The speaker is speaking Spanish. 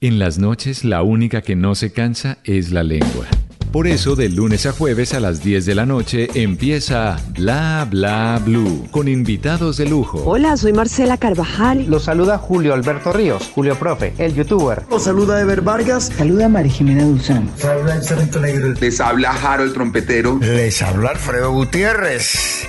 En las noches la única que no se cansa es la lengua. Por eso de lunes a jueves a las 10 de la noche empieza Bla Bla Blue con invitados de lujo. Hola, soy Marcela Carvajal. Los saluda Julio Alberto Ríos, Julio Profe, el youtuber. Los saluda Ever Vargas. Saluda María Jimena Duzán. Saluda el Cerrito Negro. Les habla Jaro el trompetero. Les habla Alfredo Gutiérrez.